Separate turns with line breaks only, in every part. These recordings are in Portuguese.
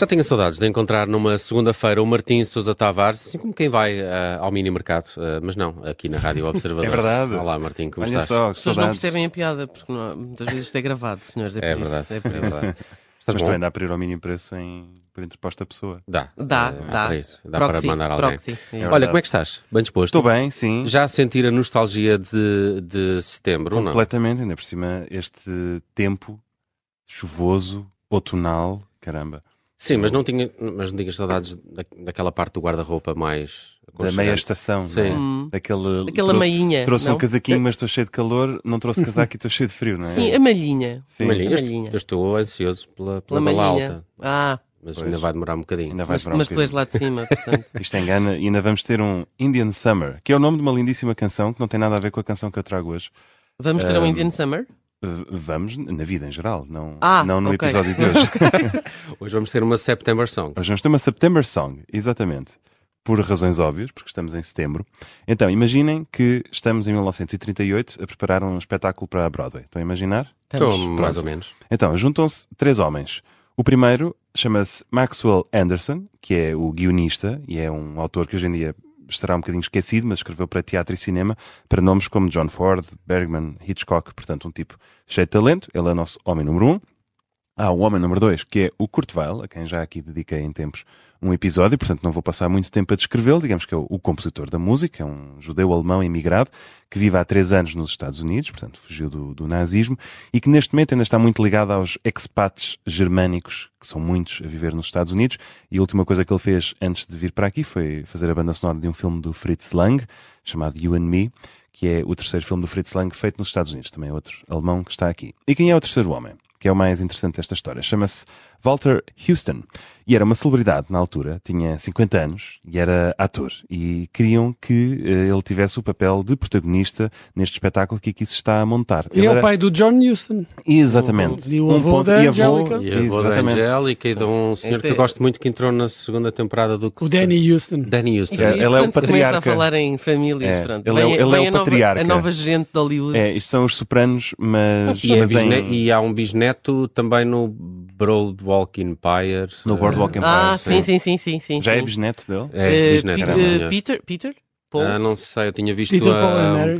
Já tenho saudades de encontrar numa segunda-feira o Martim Sousa Tavares, assim como quem vai ah, ao mini mercado, ah, mas não, aqui na Rádio Observador.
É verdade.
Olá, Martim, como
Olha
estás?
só,
As pessoas não
saudades.
percebem a piada, porque não- muitas vezes isto é gravado, senhores. É, por
É
isso,
verdade,
é
é
por isso.
verdade. Estás
Mas é
bom?
também dá para ir ao mínimo preço em, por interposta pessoa.
Dá.
Dá,
Eh,
dá.
Para isso. Dá
Proxy,
para mandar alguém.
proxy, é isso.
Olha, como é que estás? Bem disposto?
Estou bem, sim.
Já a sentir a nostalgia de, de setembro, não?
completamente, ainda por cima, este tempo chuvoso, outonal, caramba.
Sim, mas não, tinha, mas não tinhas saudades da- daquela parte do guarda-roupa mais...
Da
aconchegante.
meia estação,
Sim.
não é?
Hum,
Daquele,
Aquela
trouxe,
malhinha.
Trouxe
não?
um casaquinho, mas estou cheio de calor, não trouxe casaco e estou cheio de frio, não é?
Sim, a malhinha.
Sim.
Malhinha. Eu,
Malhinha.
estou, eu estou ansioso pela,
Pela
pela, bala
malhinha.
alta,
Ah,
mas
Pois.
ainda vai demorar um bocadinho.
Ainda vai
mas,
demorar um
mas tu és
bocadinho.
lá de cima, portanto.
Isto engana, e ainda vamos ter um Indian Summer, que é o nome de uma lindíssima canção que não tem nada a ver com a canção que eu trago hoje.
Vamos ter um
Ahm,
Indian Summer?
V- Vamos na vida em geral, não,
Ah,
não no
ok.
episódio de hoje.
Hoje vamos ter uma September Song.
Hoje vamos ter uma September Song, exatamente. Por razões óbvias, porque estamos em setembro. Então, imaginem que estamos em 1938 a preparar um espetáculo para a Broadway. Estão a imaginar?
Estou
Estamos.
mais ou menos.
Então, juntam-se três homens. O primeiro chama-se Maxwell Anderson, que é o guionista e é um autor que hoje em dia estará um bocadinho esquecido, mas escreveu para teatro e cinema, para nomes como John Ford, Bergman, Hitchcock, portanto, um tipo cheio de talento. Ele é o nosso homem número um. Há o homem número dois, que é o Kurt Weill, a quem já aqui dediquei em tempos um episódio, portanto não vou passar muito tempo a descrevê-lo. Digamos que é o, o compositor da música, é um judeu-alemão emigrado que vive há três anos nos Estados Unidos, portanto fugiu do, do nazismo, e que neste momento ainda está muito ligado aos expats germânicos, que são muitos a viver nos Estados Unidos. E a última coisa que ele fez antes de vir para aqui foi fazer a banda sonora de um filme do Fritz Lang, chamado You and Me, que é o terceiro filme do Fritz Lang feito nos Estados Unidos, também é outro alemão que está aqui. E quem é o terceiro homem? Que é o mais interessante desta história. Chama-se Walter Houston. E era uma celebridade na altura, tinha 50 anos e era ator. E queriam que eh, ele tivesse o papel de protagonista neste espetáculo que aqui se está a montar.
E
Ele
é
era-
o pai do John Houston.
Exatamente. Um
E o avô da
e avô-
Angélica.
E a voz da
Então, Exatamente.
Angélica e de um senhor que eu
é-
gosto muito que entrou na segunda temporada do que
O
se-
Danny Houston.
Danny Houston.
Isto,
É,
isto
ele é o
quando se começa a
patriarca.
falar em famílias,
É,
pronto.
ele é o-
Vem-
ele é
vem
o
a nova-
patriarca.
A nova gente de Hollywood.
É, isto são os sopranos, mas,
E, é
mas em-
bisne- e há um bisneto também no Broadwalk Empire.
no Boardwalk Empire.
ah, sim, sim, sim, sim, sim.
Já é
sim.
bisneto dele?
É,
Eh,
bisneto,
Pe-
Peter-
é,
eh,
senhor.
Peter? Peter? Paul?
Ah, não sei, eu tinha visto
Peter
a,
Paul and Mary.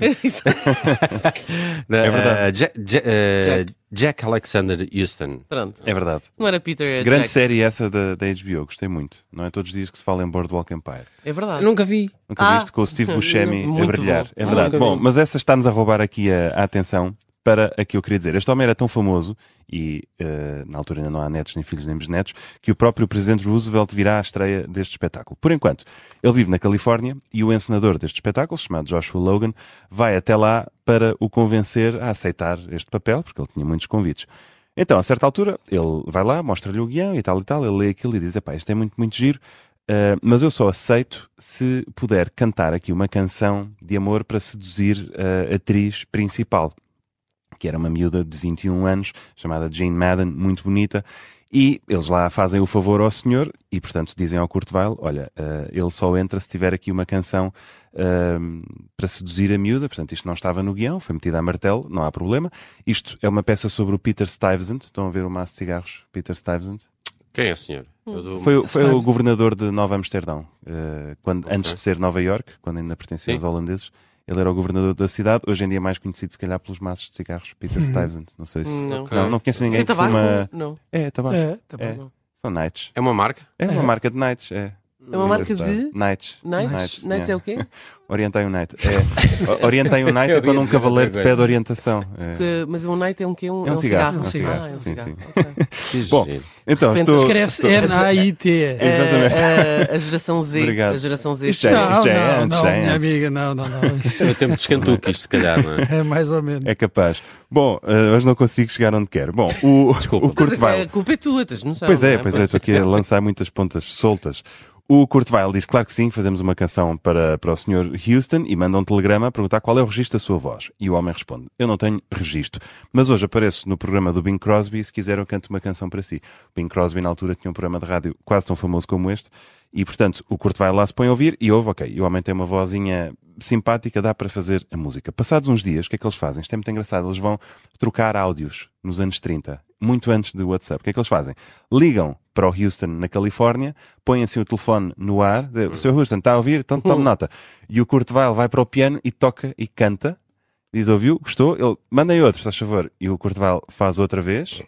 é
verdade.
Jack, Ja- eh,
Jack.
Jack Alexander Houston.
Pronto.
É verdade.
Não era Peter, é
Grande
Jack.
série essa da, da HBO, gostei muito. Não é todos os dias que se fala em Boardwalk Empire.
É verdade.
Nunca vi.
Nunca
Ah,
viste com o Steve Buscemi
muito
a brilhar.
bom. Ah,
É verdade.
Nunca
bom,
vi.
mas essa está-nos a roubar aqui a, a atenção para a que eu queria dizer. Este homem era tão famoso, e eh, na altura ainda não há netos, nem filhos, nem bisnetos, que o próprio presidente Roosevelt virá à estreia deste espetáculo. Por enquanto, ele vive na Califórnia e o encenador deste espetáculo, chamado Joshua Logan, vai até lá para o convencer a aceitar este papel, porque ele tinha muitos convites. Então, a certa altura, ele vai lá, mostra-lhe o guião e tal e tal, ele lê aquilo e diz, epá, isto é muito, muito giro, Uh, mas eu só aceito se puder cantar aqui uma canção de amor para seduzir eh, a atriz principal, que era uma miúda de 21 anos, chamada Jane Madden, muito bonita. E eles lá fazem o favor ao senhor e, portanto, dizem ao Kurt Weill, olha, uh, ele só entra se tiver aqui uma canção um, para seduzir a miúda. Portanto, isto não estava no guião, foi metido a martelo, não há problema. Isto é uma peça sobre o Peter Stuyvesant. Estão a ver o maço de cigarros? Peter Stuyvesant?
Quem é o senhor? Eu dou-
Foi, o- foi o governador de Nova Amsterdão, eh, quando,
Ok.
antes de ser Nova York, quando ainda pertencia
Sim.
aos holandeses. Ele era o governador da cidade, hoje em dia é mais conhecido, se calhar, pelos maços de cigarros, Peter Stuyvesant. Não sei se.
Não.
Ok.
Não, não conheço ninguém
Sem
que
tabaco?
fuma.
Não.
É, tabaco.
É, tá bom.
É.
não.
São Nights.
É uma marca?
É uma
É.
marca de Nights. É,
É uma marca
Engraçado.
de...
Nights.
Nights? Nights é o quê?
Orientei o Night. É. O- Orientei o Night é
Eu
quando
ia
um
dizer
cavaleiro
outra
te
coisa.
pede orientação. É.
Que- mas um night é um quê? Um,
É um cigarro,
é um cigarro.
Ah, é um
Sim,
cigarro.
sim.
ok.
Que
Bom,
giro.
Então,
Repente
estou.
Escreve-se N-A-I-T.
Exatamente.
Eh, eh, a geração Z.
Obrigado.
A geração Z.
Isto já é-
Não,
isto é
não,
antes,
não,
já é
minha
antes.
amiga, não, não, não. Isso
É o tempo dos cantuques, se calhar, não é?
é mais ou menos.
É capaz. Bom, eh, hoje não consigo chegar onde quero. Bom, o,
Desculpa.
o Kurt
Mas a-
Weill.
A culpa é tua, estás noção.
Pois é,
não
pois é, estou aqui a lançar muitas pontas soltas. O Kurt Weill diz, claro que sim, fazemos uma canção para, para o Sr. Houston e manda um telegrama a perguntar qual é o registro da sua voz. E o homem responde, eu não tenho registro, mas hoje apareço no programa do Bing Crosby e se quiser eu canto uma canção para si. O Bing Crosby na altura tinha um programa de rádio quase tão famoso como este e, portanto, o Kurt Weill lá se põe a ouvir e ouve, ok, e o homem tem uma vozinha simpática dá para fazer a música. Passados uns dias, o que é que eles fazem? Isto é muito engraçado. Eles vão trocar áudios nos anos 30, muito antes do WhatsApp. O que é que eles fazem? Ligam para o Houston, na Califórnia, põem assim o telefone no ar. dizem, O seu Houston está a ouvir? Então tome nota. E o Kurt Weill vai para o piano e toca e canta. Diz, ouviu? Gostou? Ele, mandem outro, se faz favor. E o Kurt Weill faz outra vez.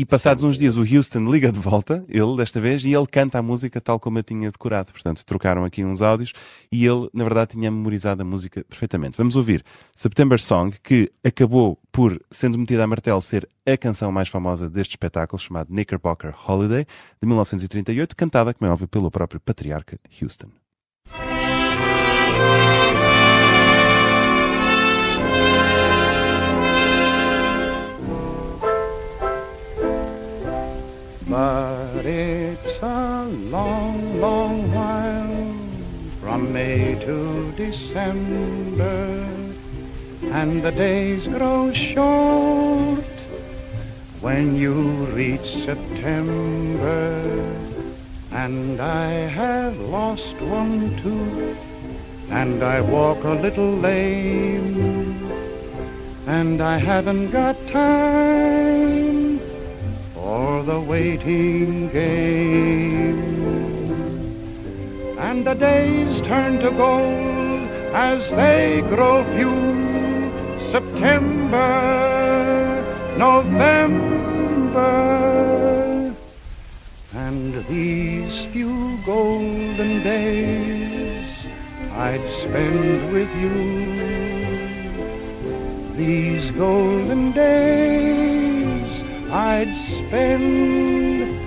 E passados uns dias o Houston liga de volta, ele desta vez, e ele canta a música tal como a tinha decorado. Portanto, trocaram aqui uns áudios e ele, na verdade, tinha memorizado a música perfeitamente. Vamos ouvir September Song, que acabou por, sendo metida a martelo, ser a canção mais famosa deste espetáculo, chamado Knickerbocker Holiday, de 1938, cantada, como é óbvio, pelo próprio patriarca Houston.
But it's a long, long while from May to December, and the days grow short when you reach September. And I have lost one tooth, and I walk a little lame, and I haven't got time for the waiting game. And the days turn to gold as they grow few. September, November, and these few golden days I'd spend with you these golden days I'd spend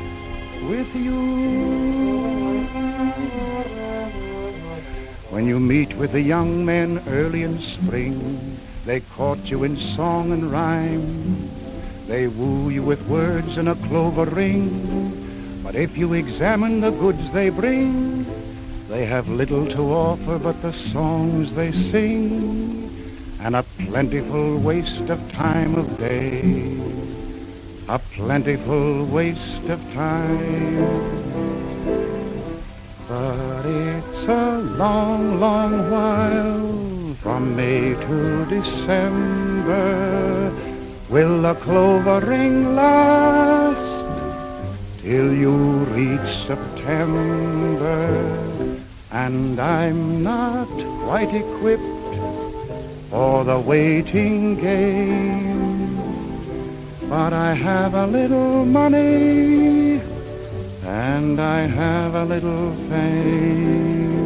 with you. When you meet with the young men early in spring, they court you in song and rhyme. They woo you with words and a clover ring. But if you examine the goods they bring, they have little to offer but the songs they sing and a plentiful waste of time of day. A plentiful waste of time. But it's a long, long while from May to December. Will the clover ring last till you reach September? And I'm not quite equipped for the waiting game. But I have a little money and I have a little fame.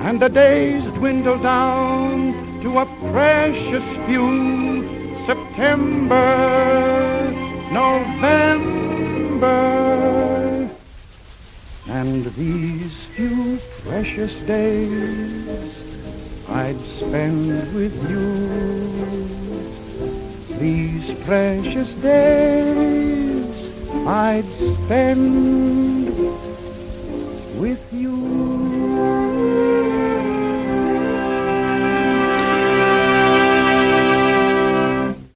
And the days dwindle down to a precious few September, November. And these few precious days I'd spend with you these precious days I'd spend with you.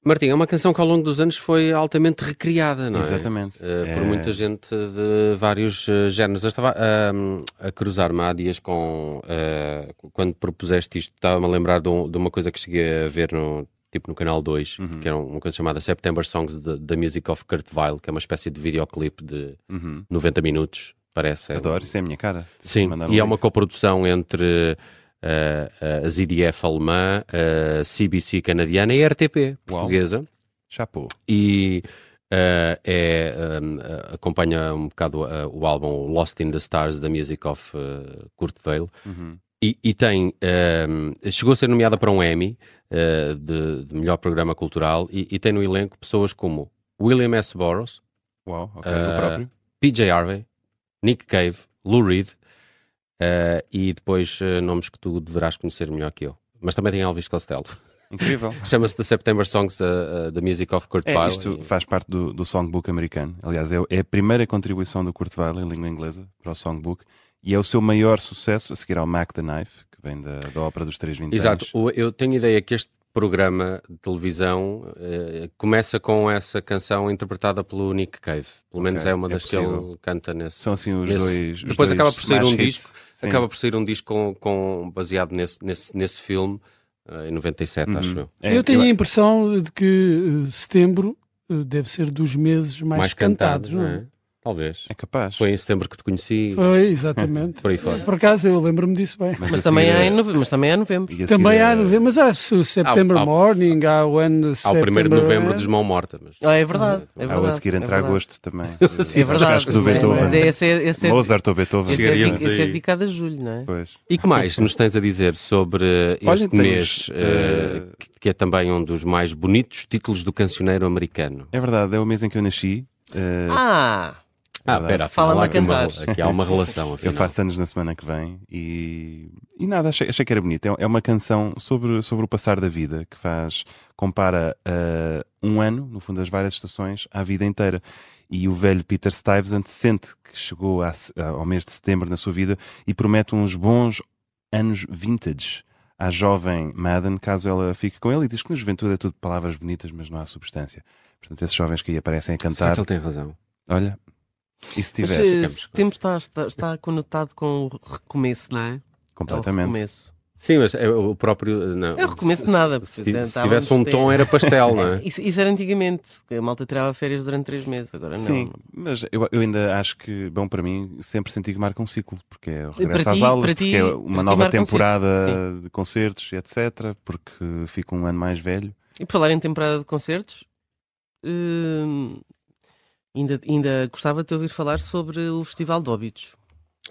Martim, é uma canção que ao longo dos anos foi altamente recriada, não é?
Exatamente.
Eh, Por
É.
muita gente de vários eh, géneros. Eu estava ahm, a cruzar-me há dias com. eh, quando propuseste isto, estava-me a lembrar de, um- de uma coisa que cheguei a ver no. Tipo no canal 2,
Uhum.
que era um, uma coisa chamada September Songs da da Music of Kurt Weill, que é uma espécie de videoclipe de 90 minutos, parece. É um-
Adoro, isso é a minha cara.
Uhum. Sim,
Mandaram
e é
um
uma
link.
coprodução entre eh, eh, a ZDF alemã, eh, a CBC canadiana e a RTP
Uau.
portuguesa.
Chapô.
E eh, é, eh, acompanha um bocado eh, o álbum Lost in the Stars, da Music of eh, Kurt Weill. E, e tem, ehm, chegou a ser nomeada para um Emmy eh, de, de melhor programa cultural e, e tem no elenco pessoas como William S. Burroughs,
Uau, ok,
Ah,
do próprio.
PJ Harvey, Nick Cave, Lou Reed eh, e depois eh, nomes que tu deverás conhecer melhor que eu. Mas também tem Elvis Costello.
Incrível.
Chama-se The September Songs, eh, eh, The Music of Kurt
É,
Weill.
isto
E-
faz parte do, do songbook americano. Aliás, é, é a primeira contribuição do Kurt Weill em língua inglesa para o songbook e é o seu maior sucesso a seguir ao Mac the Knife, que vem da, da ópera dos Três Vinténs.
Exato. O- Eu tenho ideia que este programa de televisão eh, começa com essa canção interpretada pelo Nick Cave. Pelo menos
Ok,
é uma
é
das que ele
possível.
canta nesse.
São assim os
Esse-
dois. os
depois
dois
acaba por sair
smash
um
hits.
disco,
Sim.
acaba por sair um disco com, com- baseado nesse, nesse, nesse filme eh, em 97, acho eu.
É,
eu tenho a impressão de que eh, setembro eh, deve ser dos meses mais, cantados, não é?
Talvez.
É capaz.
Foi em setembro que te conheci.
Foi, exatamente.
Por aí fora.
Por acaso eu lembro-me disso bem.
Mas
a
também,
seguir
há
a-
em novembro, mas também há em novembro.
e a
Também
seguir eh,
há,
a-
mas há o September
Há o- há o-
Morning, há o ano
Há o primeiro de novembro dos Mão Morta. Mas...
Ah, é verdade. É
Há o
verdade
a seguir
é
entre
verdade.
agosto também.
Sim,
É
Esses
verdade.
Acho que do
mas é-
Beethoven.
Mas é, esse é, esse é,
Mozart ou Beethoven.
esse é, de-
Chegaríamos
esse é
aí.
dedicado a julho, não é?
Pois.
E que mais nos tens a dizer sobre
Olha,
este
temos,
mês, eh,
eh,
que- que é também um dos mais bonitos títulos do cancioneiro americano?
É verdade, é o mês em que eu nasci. eh,
Ah,
Ah,
Verdade.
pera, afinal,
Fala-me a
há aqui uma,
cantar.
aqui há uma relação,
Eu
afinal.
faço anos na semana que vem e, e nada, achei, achei que era bonito. É, é uma canção sobre, sobre o passar da vida que faz, compara ah, um ano, no fundo, as várias estações, à vida inteira. E o velho Peter Stuyvesant sente que chegou à se- ao mês de setembro na sua vida e promete uns bons anos vintage à jovem Madden, caso ela fique com ele, e diz que na juventude é tudo palavras bonitas, mas não há substância. Portanto, esses jovens que aí aparecem a
Será
cantar,
que ele tem razão?
olha, e se
mas
tiver,
eh,
ficamos com
setembro está, está, está conotado com o recomeço, não é? É o
completamente.
recomeço.
Sim, mas é o próprio. Não,
Eu recomeço
se-
de nada,
Se,
porque
se
tentávamos
tivesse um
ter-
tom, era pastel, não é?
Isso, isso era antigamente. que A malta tirava férias durante três meses, agora não.
Sim, mas eu, eu ainda acho que, bom, para mim, sempre senti que marca um ciclo, porque é o regresso
para
às
ti-
aulas,
para
porque
ti-
é
para ti
uma nova
marca um
temporada
ciclo,
de concertos, etc., porque fico um ano mais velho.
E por falar em temporada de concertos, hum, ainda, ainda gostava de te ouvir falar sobre o Festival de Óbidos.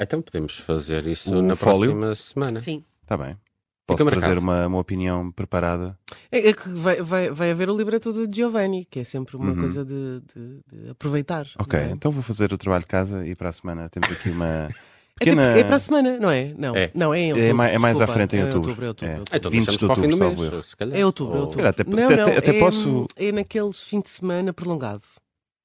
Então podemos fazer isso
O
na
fólio?
próxima semana.
Sim.
Está Tá bem. Posso
marcado.
trazer uma, uma opinião preparada.
É, é que vai, vai, vai haver o libreto de Giovanni, que é sempre uma
Uhum.
coisa de, de- de aproveitar.
Ok,
não é?
então vou fazer o trabalho de casa e para a semana temos aqui uma
Até
pequena.
porque é para a semana, não é? Não,
É.
não é em outubro.
É mais- é mais à
desculpa.
frente em
É
outubro.
É outubro,
É.
é outubro.
Então
Vinte
deixamos
de
para o fim do
outubro, salvo
mês, se calhar.
É outubro, é
Ou-
outubro.
Espera, até-
não,
até-
não,
até
é,
posso-
É naqueles fim de semana prolongado.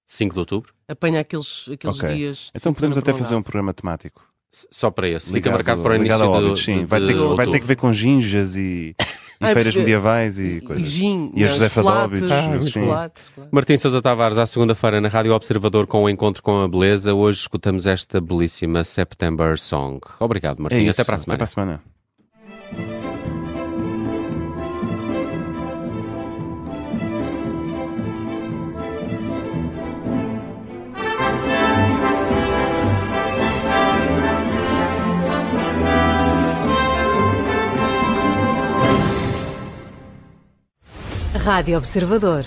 5 de outubro,
Apanha aqueles, aqueles
Ok.
dias. de
Então
fim de semana
podemos até fazer um
prolongado.
programa temático.
S- só para esse. Fica
ligado-
marcado para o
ligado
início
ao
do-
Óbidos, Sim,
de-
vai, ter,
de
que- vai ter que
outubro.
ver com ginjas e, e
Ah,
feiras
porque-
medievais e
E ah,
coisas.
gin,
E a
não,
Josefa
chocolate,
Dobbins,
chocolate,
sim.
chocolate, chocolate.
Martim Sousa Tavares, à segunda-feira, na Rádio Observador, com o Encontro com a Beleza. Hoje escutamos esta belíssima September Song. Obrigado,
É
Martim.
isso,
até para a semana.
Até para a semana.
Rádio Observador.